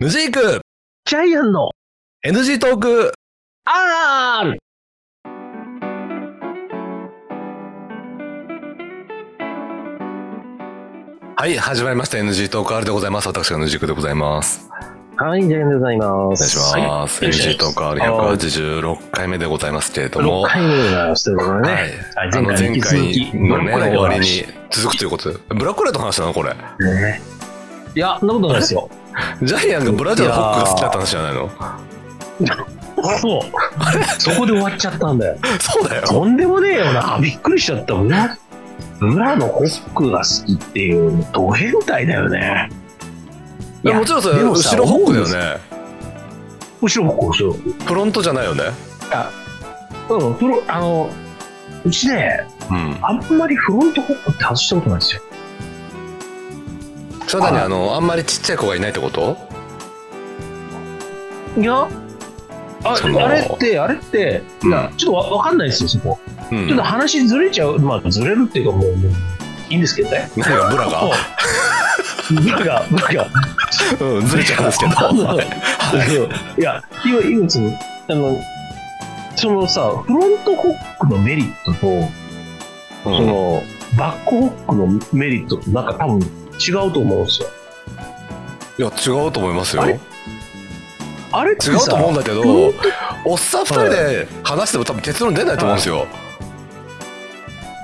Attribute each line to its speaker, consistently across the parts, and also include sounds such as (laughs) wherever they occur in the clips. Speaker 1: ヌジーク
Speaker 2: ジャイアンの
Speaker 1: NG トーク
Speaker 2: R!
Speaker 1: はい、始まりました NG トーク R でございます。私がヌジークでございます。
Speaker 2: はい、ジャイアンでございま
Speaker 1: お願い
Speaker 2: す。
Speaker 1: します。
Speaker 2: はい
Speaker 1: NG トーク R186 回目でございますけれども。
Speaker 2: 6回目でございます。ということで
Speaker 1: は
Speaker 2: ね。
Speaker 1: い。
Speaker 2: はい
Speaker 1: あの
Speaker 2: 前回
Speaker 1: 前
Speaker 2: に引き続き
Speaker 1: 回のね、
Speaker 2: ブラックホワ
Speaker 1: 終
Speaker 2: イト
Speaker 1: わり
Speaker 2: の話
Speaker 1: に続くということで。ブラックホワイトの話なのこれ。
Speaker 2: ねいや、そんなことないですよ。
Speaker 1: ジャイアンがブラジルのホックが好きだった話じゃないの
Speaker 2: そう。そこで終わっちゃったんだよ。
Speaker 1: そうだよ。
Speaker 2: とんでもねえよな。びっくりしちゃった。ブラ、ブラのホックが好きっていう、ド変態だよね。い
Speaker 1: いや
Speaker 2: や
Speaker 1: もちろんそれ、
Speaker 2: でもさ
Speaker 1: 後ろホックだよね。
Speaker 2: 後ろホックですよ。
Speaker 1: フロントじゃないよね。
Speaker 2: うん、フロ、あの、うちね、
Speaker 1: うん。
Speaker 2: あんまりフロントホックって外したことないんですよ。
Speaker 1: それは何
Speaker 2: はい
Speaker 1: あの、あんまりちっちゃい子がいないってこと
Speaker 2: いや、あ
Speaker 1: その
Speaker 2: あれって、あれって、
Speaker 1: うん
Speaker 2: なちょっとわわかんないですよ、そこ。
Speaker 1: う
Speaker 2: ちょっ
Speaker 1: ん。な
Speaker 2: と
Speaker 1: んか
Speaker 2: 話ずれちゃう、まあ、ずれるっていうか、もう、もういいんですけどね。
Speaker 1: ブラが。
Speaker 2: そうブラが、ブラが、
Speaker 1: うん、ずれちゃうんですけど。
Speaker 2: あの
Speaker 1: はい
Speaker 2: そういや、今、今、その、あの、そのさ、フロントホックのメリットと、
Speaker 1: うん
Speaker 2: その、バックホックのメリットと、なんか多分、違うと思うんですよ。
Speaker 1: いや、違うと思いますよ。
Speaker 2: あれ
Speaker 1: 違
Speaker 2: あれって
Speaker 1: うと
Speaker 2: さ
Speaker 1: 思うんだけど
Speaker 2: うん、
Speaker 1: おっさん二人で話しても多分結論出ないと思うんですよ。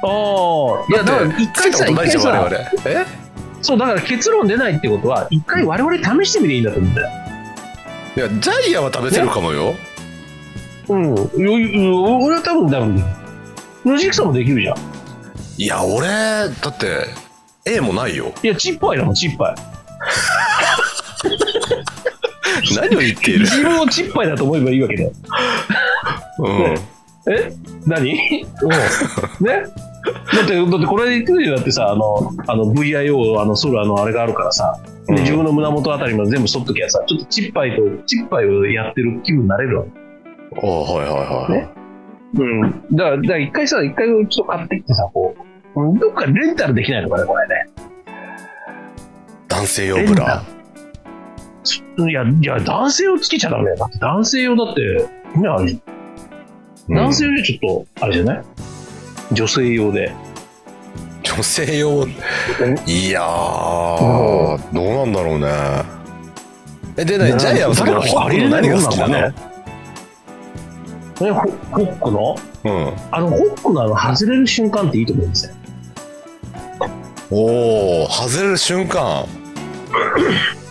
Speaker 2: ああ、いや、だ
Speaker 1: だ
Speaker 2: か
Speaker 1: っ
Speaker 2: ら、
Speaker 1: て、
Speaker 2: 一
Speaker 1: つい
Speaker 2: 回
Speaker 1: たこと
Speaker 2: さ、一
Speaker 1: ない
Speaker 2: 回
Speaker 1: じゃん、我
Speaker 2: さ、
Speaker 1: 々。え
Speaker 2: そう、だから結論出ないってことは、一回我々試してみていいんだと思うんだよ。
Speaker 1: いや、ジャイアンは食べてるかもよ。
Speaker 2: うん。よよ俺は多分多分ね。野敷さんもできるじゃん。
Speaker 1: いや、俺、だって、A もない
Speaker 2: (laughs)
Speaker 1: よ。
Speaker 2: いや、チッパイだもん、チッパイ。
Speaker 1: 何を言っている。
Speaker 2: 自分をチッパイだと思えばいいわけだよ。
Speaker 1: うん。
Speaker 2: え何うん。ねだって、だってこれで行くよ。だってさ、あの、あの VIO、あの、ソル、あの、あれがあるからさ、
Speaker 1: うん
Speaker 2: で自分の胸元あたりまで全部剃っときゃさ、ちょっとチッパイと、チッパイをやってる気分になれるわけ。
Speaker 1: あはいはいはい
Speaker 2: ね。うん。だから、だから一回さ、一回ちょっと買ってきてさ、こう、うんどっかレンタルできないのかね、これね。
Speaker 1: 男性用ブラ。
Speaker 2: いや、いや、男性をつけちゃダメだよ。だって男性用だって、ね、あ
Speaker 1: う
Speaker 2: れ
Speaker 1: ん
Speaker 2: 男性用でちょっと、あれじゃない女性用で。
Speaker 1: 女性用。いやー、どうなんだろうね。え、でね、ジャイアンはそのホックの何が好きなの
Speaker 2: ね、ホホックの
Speaker 1: うん。
Speaker 2: あの、ホックのあの、外れる瞬間っていいと思うんですよ。
Speaker 1: おー、外れる瞬間。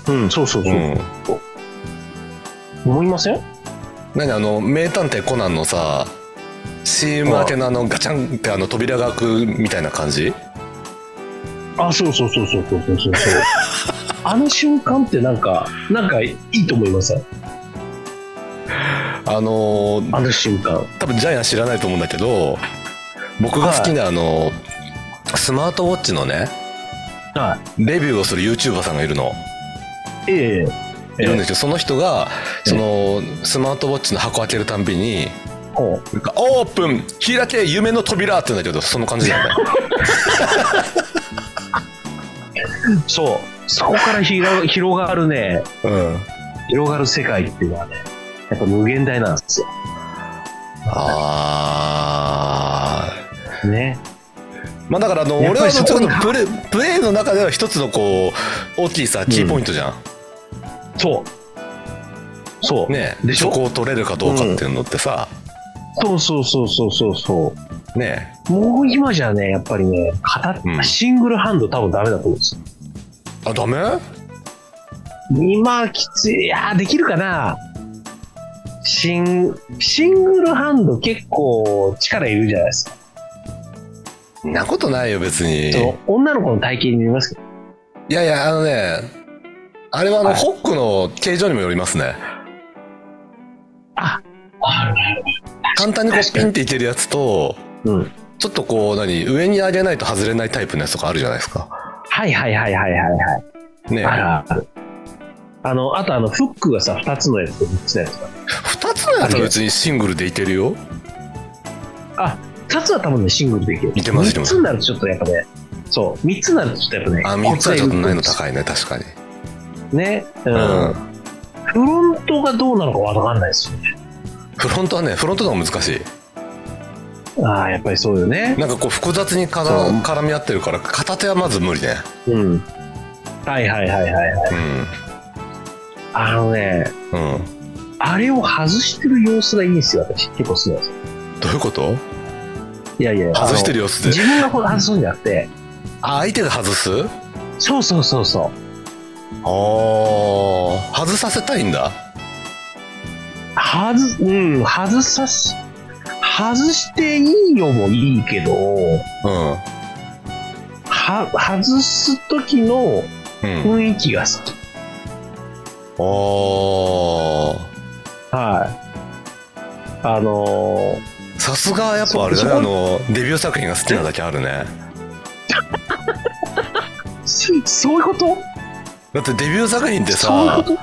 Speaker 2: うん、そうそう
Speaker 1: う
Speaker 2: そう。
Speaker 1: ん。
Speaker 2: 思いません
Speaker 1: 何あの名探偵コナンのさ CM 明けのあのガチャンってあの扉が開くみたいな感じ
Speaker 2: あ、そうそうそうそうそうそうそう。 (laughs) あの瞬間ってなんか、なんかいいと思います
Speaker 1: あのー
Speaker 2: あの瞬間。
Speaker 1: 多分ジャイアン知らないと思うんだけど僕が好きなあのスマートウォッチのね
Speaker 2: は
Speaker 1: レビューをする YouTuber さんがいるの
Speaker 2: い。ええ
Speaker 1: いるんですけどその人が
Speaker 2: え
Speaker 1: そのスマートウォッチの箱開けるたんびに
Speaker 2: ほう
Speaker 1: なんかオープン開け夢の扉って言うんだけどその感じだよね
Speaker 2: (laughs) そう。そこから広が (laughs) 広がるね、
Speaker 1: うん
Speaker 2: 広がる世界っていうのはね、やっぱ無限大なんですよ。
Speaker 1: あー
Speaker 2: ね。
Speaker 1: まあだからあの
Speaker 2: やっ
Speaker 1: 俺
Speaker 2: ぱ
Speaker 1: は
Speaker 2: り
Speaker 1: どっちかという
Speaker 2: そ
Speaker 1: とプレープレーの中では一つのこう大きいさキーポイントじゃん、
Speaker 2: そう。そう。
Speaker 1: ね
Speaker 2: でしょ
Speaker 1: そこを取れるかどうかっていうのってさ、
Speaker 2: そうそうそうそうそうそ
Speaker 1: ね
Speaker 2: う。もう今じゃね、やっぱりね、片、
Speaker 1: うん
Speaker 2: シングルハンド多分ダメだと思うんですよ。
Speaker 1: あダメ
Speaker 2: 今きつい、いやーできるかなシン、シングルハンド結構力いるじゃないですか。
Speaker 1: そんなことないよ別に
Speaker 2: そう
Speaker 1: い
Speaker 2: 女の子の体型に見ますけど。
Speaker 1: やいやあのねあれはあの、
Speaker 2: はい
Speaker 1: ホックの形状にもよりますね簡単にこう
Speaker 2: 確か
Speaker 1: ピ
Speaker 2: に
Speaker 1: ンっていけるやつと
Speaker 2: うん。
Speaker 1: ちょっとこう何上に上げないと外れないタイプのやつとかあるじゃないですか
Speaker 2: はいはいはいはいはいはい。
Speaker 1: ね
Speaker 2: あるある。あの、あとあの、フックがさ、2つのやつと3つのやつが。
Speaker 1: 二つのやつは別にシングルでいけるよ
Speaker 2: 2つは多分ね、シングルでいける。
Speaker 1: いけますいけ
Speaker 2: 3
Speaker 1: ま
Speaker 2: つ
Speaker 1: す
Speaker 2: になるとちょっとやっぱね、そう、3つになるとちょっとやっぱね、
Speaker 1: あ三つはちょっと難易度
Speaker 2: い。
Speaker 1: 高いね確かに
Speaker 2: ね、う。
Speaker 1: うんん、
Speaker 2: フロントがどうなのかわかんないですよね。
Speaker 1: フロントはねフロントが難しい
Speaker 2: ああ、やっぱりそうよね。
Speaker 1: なんかこう複雑にから
Speaker 2: そう
Speaker 1: 絡み合ってるから片手はまず無理ね
Speaker 2: うん。はいはいはいはいはい。あのね、
Speaker 1: うん、うん、
Speaker 2: あれを外してる様子がいいんですよ、私。結構好きなんですよ。
Speaker 1: どういうこと
Speaker 2: いやいや、
Speaker 1: 外して
Speaker 2: る
Speaker 1: る様子で
Speaker 2: 自分が外すんじゃなくて、
Speaker 1: あ相手が外すあ
Speaker 2: そうそうそうそう。
Speaker 1: ー外させたいんだ
Speaker 2: 外す、うん、外さす、外していいよもいいけど、
Speaker 1: うん
Speaker 2: は、外す時の
Speaker 1: うん
Speaker 2: 雰囲気が好き。
Speaker 1: あー
Speaker 2: はい。あのー
Speaker 1: さすがやっぱあれだね
Speaker 2: そ
Speaker 1: あのデビュー作品が好きなだけあるね
Speaker 2: そそういうこと
Speaker 1: だってデビュー作品って
Speaker 2: そういう
Speaker 1: さ
Speaker 2: こと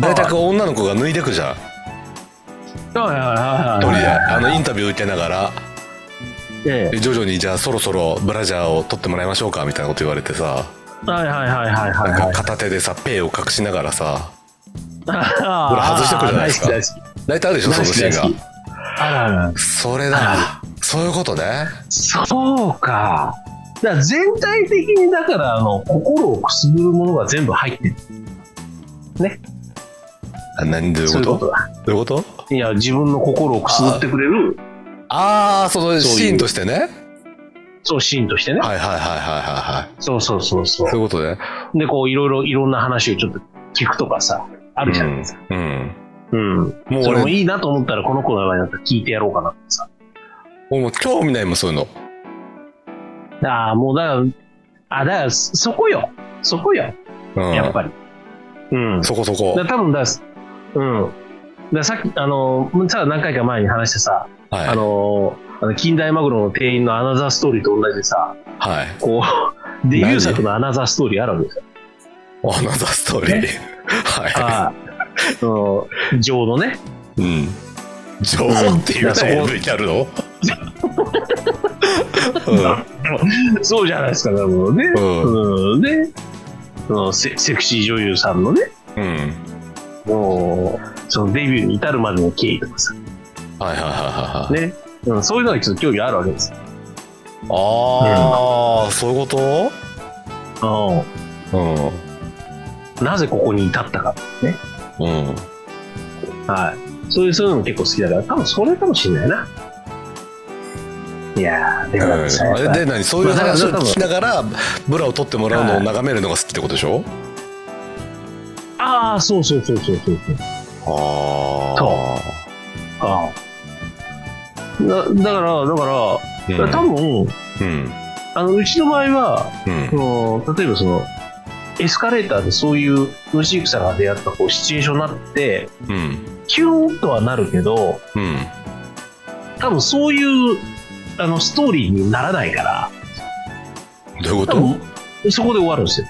Speaker 1: 大体こう女の子が脱いでくじゃん
Speaker 2: はいはい
Speaker 1: 一人
Speaker 2: はい
Speaker 1: で
Speaker 2: はい。
Speaker 1: あのインタビュー受けながら
Speaker 2: え
Speaker 1: 徐々にじゃあそろそろブラジャーを取ってもらいましょうかみたいなこと言われてさ
Speaker 2: えはいはいはいはいはい
Speaker 1: な
Speaker 2: は
Speaker 1: ん
Speaker 2: い
Speaker 1: か。片手でさペーを隠しながらさ
Speaker 2: ほ
Speaker 1: ら外してくるじゃないですか
Speaker 2: 大好き
Speaker 1: 大体あるでしょ
Speaker 2: 大
Speaker 1: その
Speaker 2: 好き
Speaker 1: シ
Speaker 2: 大好
Speaker 1: ー
Speaker 2: き大
Speaker 1: ン
Speaker 2: 好きあらあら
Speaker 1: がそれ
Speaker 2: あ
Speaker 1: だ
Speaker 2: ら
Speaker 1: そういうことね
Speaker 2: そうかだから全体的にだからあの心をくすぐるものが全部入ってる
Speaker 1: あ何どういう
Speaker 2: そう
Speaker 1: こ
Speaker 2: い
Speaker 1: と
Speaker 2: うことだ
Speaker 1: どういうこと
Speaker 2: いや自分の心をくすぐってくれる
Speaker 1: ああその
Speaker 2: そういう
Speaker 1: シーンとしてね
Speaker 2: そうシーンとしてね
Speaker 1: はいはいはいはいはいはい
Speaker 2: そうそうそう
Speaker 1: そ
Speaker 2: そ
Speaker 1: う
Speaker 2: う
Speaker 1: いうことね
Speaker 2: でこういろいろいろんな話をちょっと聞くとかさあるじゃないですか
Speaker 1: うん
Speaker 2: うん、
Speaker 1: もう
Speaker 2: それも
Speaker 1: 俺
Speaker 2: いいなと思ったらこの子の場合なんか聞いてやろうかなってさ
Speaker 1: 俺もう興味ないもんそういうの
Speaker 2: ああもうだからあだからそそこよそこよ
Speaker 1: うん
Speaker 2: やっぱりうん
Speaker 1: そこそこ
Speaker 2: だ多分だす、うん。だからさっき、あの、さ、何回か前に話してさ、
Speaker 1: はい
Speaker 2: あの、あの近代マグロの店員のアナザーストーリーと同じでさ、
Speaker 1: はい
Speaker 2: こう、デビュー作のアナザーストーリーあるわけですよ。
Speaker 1: アナザーストーリーは
Speaker 2: ああの、情のね。
Speaker 1: いうん情報っていう
Speaker 2: いやそこ
Speaker 1: ね VTR
Speaker 2: (laughs)
Speaker 1: のう
Speaker 2: そうじゃないですか、なるほどね。
Speaker 1: ん
Speaker 2: うん、ね。そのセセクシー女優さんのね、
Speaker 1: うんうん
Speaker 2: もう、そのデビューに至るまでの経緯とかさ、
Speaker 1: はいはいはいはいはい、
Speaker 2: ね。うん、そういうのがちょっと興味あるわけですよ。
Speaker 1: ああ、そういうこ
Speaker 2: あ
Speaker 1: とうん
Speaker 2: あなぜここに至ったか。
Speaker 1: うん
Speaker 2: はい。そういう、そういうのも結構好きだから、多分それかもしれないな。いやー、でもだってさ、やっ
Speaker 1: あ
Speaker 2: ぱ
Speaker 1: れで何そういう
Speaker 2: まあ
Speaker 1: 話を
Speaker 2: だから
Speaker 1: 聞きながらブラを取ってもらうのを
Speaker 2: はい
Speaker 1: 眺めるのが好きってことでしょ
Speaker 2: ああ、そうそうそうそうそうそう。
Speaker 1: あ
Speaker 2: ああ。だだから、だから、
Speaker 1: ううん
Speaker 2: 多分、
Speaker 1: うん
Speaker 2: あの、うちの場合は、
Speaker 1: うん
Speaker 2: その例えばその、エスカレーターでそういうムシークさんが出会ったこうシチュエーションになって、
Speaker 1: うん
Speaker 2: キューンとはなるけど、
Speaker 1: うん
Speaker 2: 多分そういう、あの、ストーリーにならないから、
Speaker 1: どういうこ
Speaker 2: 多
Speaker 1: と
Speaker 2: 分、そこで終わるんですよ。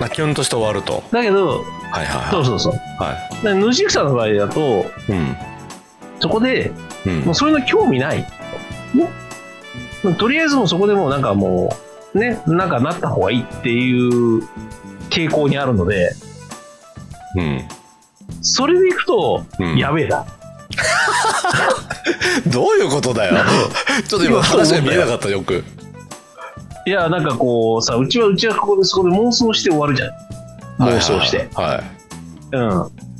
Speaker 1: まあ基本として終わると
Speaker 2: だけど、
Speaker 1: はいはいは
Speaker 2: そう
Speaker 1: い
Speaker 2: そうそう。
Speaker 1: は
Speaker 2: でヌジクさんの場合だと、
Speaker 1: いうん
Speaker 2: そこで、
Speaker 1: うん
Speaker 2: もうそういうの興味ない。ねもうとりあえずもうそこでもうなんかもう、ね、なんかなった方がいいっていう傾向にあるので、
Speaker 1: うん
Speaker 2: それでいくと、
Speaker 1: うん
Speaker 2: やべえな。
Speaker 1: どういうことだよ
Speaker 2: (laughs)
Speaker 1: ちょっと今話が見えなかったよく
Speaker 2: いや、なんかこうさ、うちはうちはここでそこで妄想して終わるじゃん。妄想して。
Speaker 1: はい
Speaker 2: うん。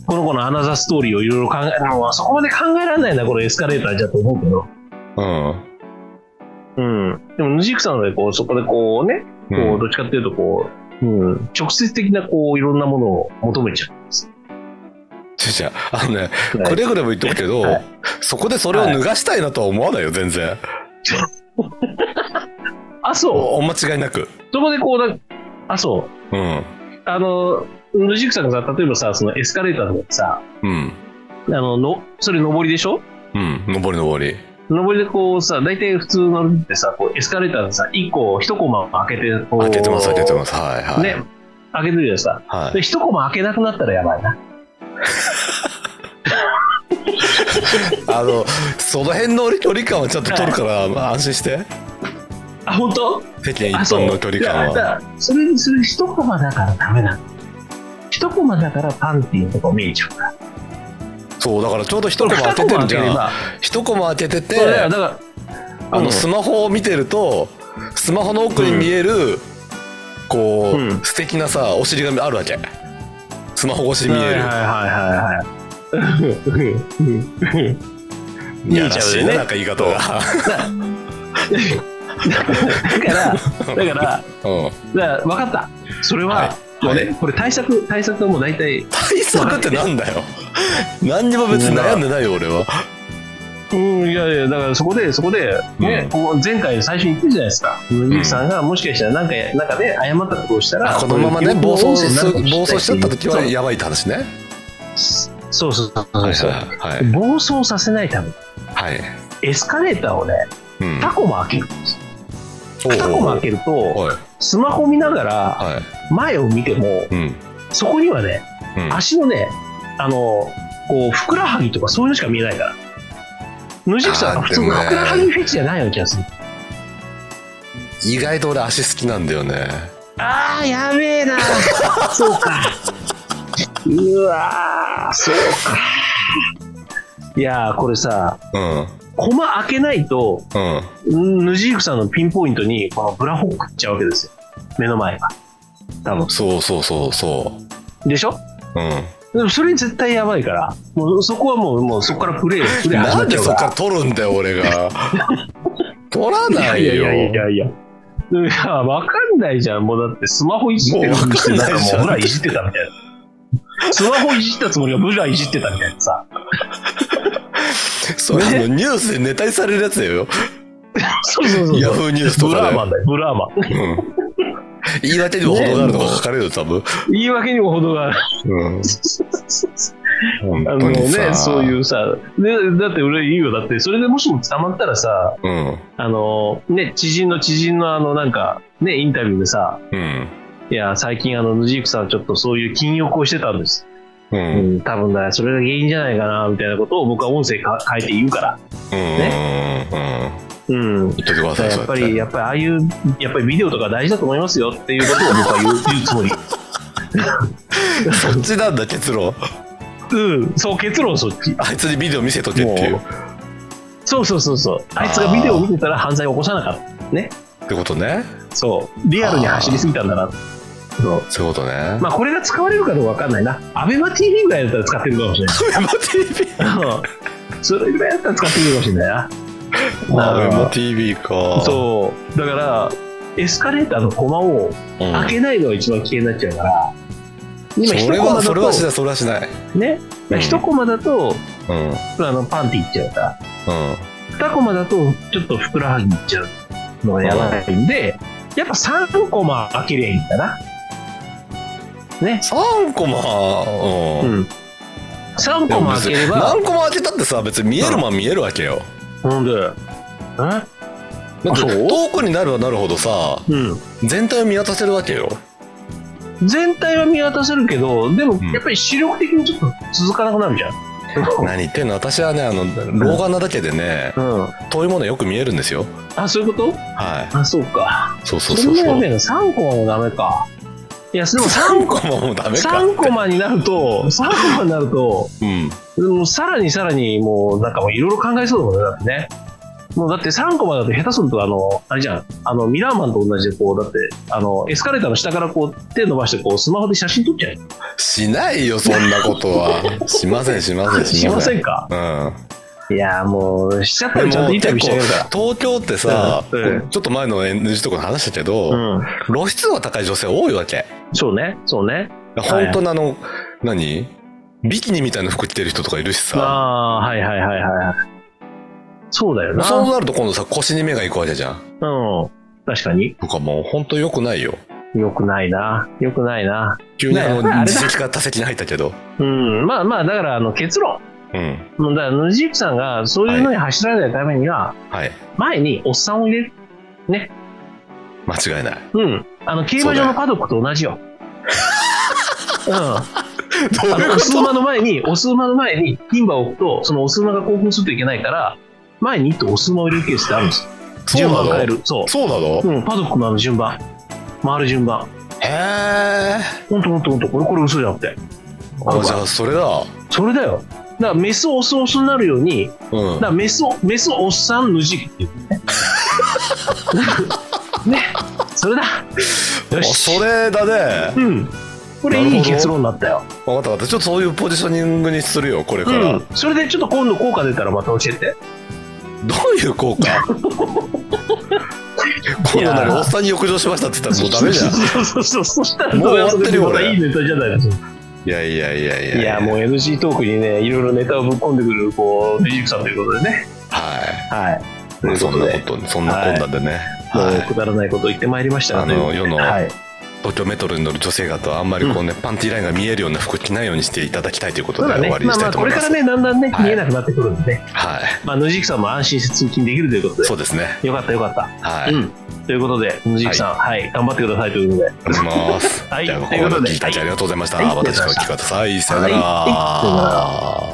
Speaker 2: この子のアナザーストーリーをいろいろ考え、あのそこまで考えられないな、これエスカレーターじゃと思うけど。
Speaker 1: はい
Speaker 2: うん。でも、ヌジクさんの場合こう、そこでこうね、
Speaker 1: うん
Speaker 2: こう、
Speaker 1: うん
Speaker 2: どっちかっていうと、こう、うん、直接的な、こう、いろんなものを求めちゃうんです。
Speaker 1: ちょちょあのねくれぐれも言っとくけど、
Speaker 2: はい
Speaker 1: そこでそれを脱がしたいなとは思わないよ全然、
Speaker 2: あ、そう。
Speaker 1: おお間違いなく
Speaker 2: そこで、こうだ、あ、そう。
Speaker 1: うん
Speaker 2: あの、ヌジクさんがさ、例えばさ、そのエスカレーターとかでさ、
Speaker 1: うん
Speaker 2: あの、の、それ上りでしょ
Speaker 1: うん上り上り
Speaker 2: 上りでこうさ、大体普通のルートってさ、こうエスカレーターでさ、1個、1コマ開けて、こう。。
Speaker 1: 開けてます開けてますすはいはい、
Speaker 2: ね。開けてるじゃないですか。
Speaker 1: は
Speaker 2: で、1コマ開けなくなったらやばいな。
Speaker 1: い、あのその辺の距離感はちゃんと取るから、まあ安心して
Speaker 2: あ、本当
Speaker 1: 世間
Speaker 2: あ、
Speaker 1: 一般の距離感
Speaker 2: いや
Speaker 1: は
Speaker 2: だそれ、それ1コマだからダメなの。一コマだからパンティーとか見えちゃうから。
Speaker 1: そうだからちょうど一コマ当ててるじゃん一コマ当ててて
Speaker 2: そうだよだから
Speaker 1: あ
Speaker 2: う
Speaker 1: の
Speaker 2: ん
Speaker 1: スマホを見てるとスマホの奥に見える、こう、
Speaker 2: うん
Speaker 1: 素敵なさお尻があるわけスマホ越しに見える、
Speaker 2: はいはいはいはい
Speaker 1: い
Speaker 2: はい。
Speaker 1: や
Speaker 2: 見えち
Speaker 1: ら
Speaker 2: ゃう
Speaker 1: しい
Speaker 2: よ
Speaker 1: な
Speaker 2: ね
Speaker 1: なんか言い方が
Speaker 2: だから、だから、だから
Speaker 1: (laughs) うん、
Speaker 2: 分かった。それは
Speaker 1: は、い
Speaker 2: もう
Speaker 1: は
Speaker 2: ね、これ対策、対策はもう大体、
Speaker 1: 対策ってなん
Speaker 2: (laughs)
Speaker 1: だよ何にも別に悩んでないよ俺は
Speaker 2: うん、いやいや、だからそこで、そこで、
Speaker 1: うん
Speaker 2: ね、ここ前回最初に言ったじゃないですか。麦木さんがもしかしたらなんか、なんかね、誤ったことをしたら、
Speaker 1: このままね
Speaker 2: こう
Speaker 1: 暴
Speaker 2: いう記録
Speaker 1: 走
Speaker 2: を
Speaker 1: す
Speaker 2: なんか
Speaker 1: 暴走しちゃった時は
Speaker 2: そう
Speaker 1: やばいって話ね
Speaker 2: そうそうそうそう。
Speaker 1: はいはい
Speaker 2: 暴走させないために、
Speaker 1: はい、
Speaker 2: エスカレーターをね、
Speaker 1: うん
Speaker 2: タコも開けるんですよ。タコも開ける
Speaker 1: おうお
Speaker 2: と、
Speaker 1: うはい
Speaker 2: スマホ見ながら、
Speaker 1: はい
Speaker 2: 前を見ても、
Speaker 1: うん
Speaker 2: そこにはね、
Speaker 1: うん
Speaker 2: 足のね、あの、こう、ふくらはぎとかそういうのしか見えないから。野宿さんは普通の
Speaker 1: あーでもね
Speaker 2: ふくらはぎフェチじゃないような気がする。
Speaker 1: 意外と俺足好きなんだよね
Speaker 2: あー、やべえなそうか。うわー、そうか。いやー、これさ、
Speaker 1: うん
Speaker 2: コマ開けないと、
Speaker 1: うん
Speaker 2: ヌジークさんのピンポイントに、このブラホックっちゃうわけですよ。目の前が。多分。
Speaker 1: そうそうそうそ
Speaker 2: でしょ
Speaker 1: ううん
Speaker 2: でもそれ絶対やばいから、もうそこはもう、もうそこからプレー、プレー始ま
Speaker 1: な
Speaker 2: っ
Speaker 1: ん
Speaker 2: ち
Speaker 1: で
Speaker 2: ゃう
Speaker 1: そっ
Speaker 2: から
Speaker 1: から取るんだよ俺が
Speaker 2: (laughs)
Speaker 1: 取らないよ
Speaker 2: いやいやいやいや。いや、わかんないじゃん。もうだってスマホいじってるふりしてなんかもうブラいじってたみたいな。スマホいじったつもりがブラいじってたみたいなさ。
Speaker 1: それあのニュースでネタにされるやつだよ
Speaker 2: そうそうそう
Speaker 1: ヤ
Speaker 2: そう。
Speaker 1: フーニュースと
Speaker 2: ブラ
Speaker 1: か
Speaker 2: ー
Speaker 1: で、
Speaker 2: マンだよ、ブラーマン。
Speaker 1: うん、言い訳にも程があるとか書かれるよ多分、
Speaker 2: 言い訳にも程がある。
Speaker 1: うん、本
Speaker 2: あの
Speaker 1: 当にさ
Speaker 2: ね、そういうさ。でだって俺いいよ。だってそれでもしも捕まったらさ、
Speaker 1: うん
Speaker 2: あの、ね、知人の知人のあの、なんか、ね、インタビューでさ、
Speaker 1: うん
Speaker 2: いや、最近あの、ヌジークさんちょっとそういう禁欲をしてたんです。
Speaker 1: うん
Speaker 2: うん、多分だ、それが原因じゃないかな、みたいなことを僕は音声か変えて言うから。
Speaker 1: うんうん
Speaker 2: う
Speaker 1: 言
Speaker 2: ん。
Speaker 1: っといてください
Speaker 2: やっぱり、やっぱりああいう、やっぱりビデオとか大事だと思いますよっていうことを僕は言う言うつもり。
Speaker 1: そっちなんだ結論
Speaker 2: (laughs) うん、そう結論そっち。
Speaker 1: あいつにビデオ見せとけっていう
Speaker 2: もそうそうそうそう。あいつがビデオを見てたら犯罪を起こさなかった。ね。
Speaker 1: ってことね
Speaker 2: そう。リアルに走りすぎたんだな。そう。
Speaker 1: そういうことね
Speaker 2: まあ、これが使われるかどうかわかんないな。アベマ TV ぐらいだったら使ってるかもしれ (laughs) ない。
Speaker 1: メモ TV
Speaker 2: うんそれぐらいだったら使ってるかもしれないな。
Speaker 1: あメ
Speaker 2: なるほ
Speaker 1: モ
Speaker 2: ど
Speaker 1: TV か
Speaker 2: そう。だから、エスカレーターのコマを
Speaker 1: うん、
Speaker 2: 開けないのが一番危険になっちゃうから、今
Speaker 1: そ
Speaker 2: 一
Speaker 1: れ
Speaker 2: コ
Speaker 1: は
Speaker 2: マだ
Speaker 1: それはしな
Speaker 2: と
Speaker 1: いそれはしない
Speaker 2: ね
Speaker 1: うん
Speaker 2: 一コマだと
Speaker 1: うんうん
Speaker 2: あのパンティいっちゃうから二コマだとちょっとふくらはぎいっちゃうのがやばいんで、やっぱ3コマ開けりゃいいんだなね
Speaker 1: 3コマ
Speaker 2: う
Speaker 1: うん
Speaker 2: ん3
Speaker 1: で
Speaker 2: コ
Speaker 1: も
Speaker 2: マ
Speaker 1: 別
Speaker 2: 開
Speaker 1: に
Speaker 2: ければ
Speaker 1: 何コマ開けたってさ別に見えるもん見えるわけよ
Speaker 2: なんで
Speaker 1: だって
Speaker 2: そう
Speaker 1: 遠くになるはなるほどさ
Speaker 2: えうん
Speaker 1: 全体を見渡せるわけよ
Speaker 2: 全体は見渡せるけどでも
Speaker 1: ん
Speaker 2: やっぱり視力的にちょっと続かなくなるじゃん
Speaker 1: 何言ってんの私はねあの老眼なだけでね
Speaker 2: (laughs) うん
Speaker 1: 遠いものよく見えるんですよ
Speaker 2: あそういうこと
Speaker 1: は
Speaker 2: あそうか
Speaker 1: いそうそ
Speaker 2: そ
Speaker 1: そう
Speaker 2: うれも
Speaker 1: そ
Speaker 2: や
Speaker 1: う
Speaker 2: べえな3コマもダメかいやでも
Speaker 1: 3
Speaker 2: 3
Speaker 1: コマもダメか
Speaker 2: 3コマになると、3コマになると、
Speaker 1: うん
Speaker 2: もうさらにさらにもうなんかもういろいろ考えそうだもんね、だってね。もうだって3コマだと下手するとあの、あれじゃん、あのミラーマンと同じでこう、だってあのエスカレーターの下からこう手伸ばしてこうスマホで写真撮っちゃう
Speaker 1: しないよそんなこと
Speaker 2: (laughs)
Speaker 1: はしませんしません
Speaker 2: し
Speaker 1: し
Speaker 2: ま
Speaker 1: ませ
Speaker 2: せ
Speaker 1: ん
Speaker 2: んか
Speaker 1: うん
Speaker 2: いやーもう、しちゃった
Speaker 1: で
Speaker 2: らちゃん
Speaker 1: も
Speaker 2: とインタ
Speaker 1: 結
Speaker 2: ビュー
Speaker 1: 構
Speaker 2: してあげるか
Speaker 1: 東京ってさ、
Speaker 2: うん
Speaker 1: ちょっと前の NG とかの話したけど、
Speaker 2: ら。うん。
Speaker 1: 露出度が高い女性多いわけ
Speaker 2: そうね、そうね。
Speaker 1: 本当にあの、何ビキニみたいな服着てる人とかいるしさ
Speaker 2: ああー、はいはいはいはいはい。そうだよな。
Speaker 1: そうなると今度さ腰に目がいくわけじゃん
Speaker 2: うん。確かに。
Speaker 1: とかもう本当良くないよ
Speaker 2: 良くないな。良くないな。
Speaker 1: 急にあの
Speaker 2: ねあれだ
Speaker 1: 自席から他席に入ったけど
Speaker 2: うん。まあまあ、だから、あの、結論。
Speaker 1: うん
Speaker 2: もうだから、ヌジークさんがそういうのに走られないためには、
Speaker 1: はい
Speaker 2: 前におっさんを入れる。
Speaker 1: 間違いない
Speaker 2: うん。あの、競馬場のパドックと同じよ。うん、あ
Speaker 1: (laughs) (laughs) どういう
Speaker 2: のオス
Speaker 1: こ
Speaker 2: 馬の前に、オス馬の前に牝馬を置くと、そのオス馬が興奮するといけないから、前に一頭オス馬を入れるケースってあるんですよ。
Speaker 1: とそう
Speaker 2: 順
Speaker 1: な
Speaker 2: 番変え
Speaker 1: の
Speaker 2: る。そ
Speaker 1: そうなの
Speaker 2: う。うん、パドックのあの順番。回る順番。
Speaker 1: へえ
Speaker 2: ほんとほんとほんと、これこれ嘘じゃなくて。
Speaker 1: あじゃあそれだ
Speaker 2: それだよ。だからメスオスオスになるように、
Speaker 1: うん
Speaker 2: だからメスオメスおっさんぬじりっていう
Speaker 1: (laughs)
Speaker 2: ね。ね、それだ。よ
Speaker 1: あ
Speaker 2: し。
Speaker 1: それだね
Speaker 2: うん。これいい結論だったよ。
Speaker 1: 分かった分かったちょっとそういうポジショニングにするよこれ
Speaker 2: う
Speaker 1: から、
Speaker 2: ん。それでちょっと今度効果出たらまた教えて。
Speaker 1: どういう効
Speaker 2: (laughs)
Speaker 1: 果今度なにおっさんに浴場しましたって言
Speaker 2: (laughs)
Speaker 1: ったらもうダメじゃん
Speaker 2: そうそうそう。そしたら
Speaker 1: もう終わってるよ
Speaker 2: それまたいいネタじゃないですか。
Speaker 1: いやいやいやいや
Speaker 2: いや、もう NG トークにね、いろいろネタをぶっ込んでくる、こう、デジクさんということでね。
Speaker 1: はい、
Speaker 2: はい。と
Speaker 1: ま
Speaker 2: い
Speaker 1: あ、
Speaker 2: うこ
Speaker 1: そん
Speaker 2: と
Speaker 1: な
Speaker 2: で、
Speaker 1: ことそんなこんなんでね、はい
Speaker 2: もうくだらないことを言ってまいりましたが
Speaker 1: あの
Speaker 2: ということで
Speaker 1: 世の
Speaker 2: はい。
Speaker 1: 東京メトロに乗る女性方はあんまりこうね、パンティーラインが見えるような服着ないようにしていただきたいということ
Speaker 2: そう
Speaker 1: で
Speaker 2: だ
Speaker 1: 終
Speaker 2: ね。
Speaker 1: わりに
Speaker 2: まあ
Speaker 1: し
Speaker 2: ま
Speaker 1: たい
Speaker 2: あ、
Speaker 1: と
Speaker 2: こ
Speaker 1: 思い
Speaker 2: れ
Speaker 1: ま
Speaker 2: か
Speaker 1: す、
Speaker 2: らね、だんだんね、
Speaker 1: はい
Speaker 2: 見えなくなってくるんでね。
Speaker 1: はい
Speaker 2: まあ、野宿さんも安心して通勤できるということで。
Speaker 1: そうですね
Speaker 2: よかったよかった。
Speaker 1: はい、
Speaker 2: うん。ということで、野宿さん、はい、頑張ってくださいということで。
Speaker 1: お願いします。
Speaker 2: はい
Speaker 1: じゃあ、こ
Speaker 2: とい
Speaker 1: こ
Speaker 2: うこ
Speaker 1: ま
Speaker 2: とで
Speaker 1: で聞いただきありがとうございました。
Speaker 2: はい
Speaker 1: 私の聞き方、さい、さよな
Speaker 2: はいさよな
Speaker 1: ら。